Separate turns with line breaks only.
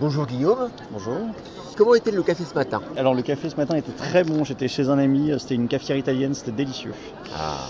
Bonjour Guillaume,
Bonjour.
comment était le café ce matin
Alors le café ce matin était très bon, j'étais chez un ami, euh, c'était une cafetière italienne, c'était délicieux.
Ah,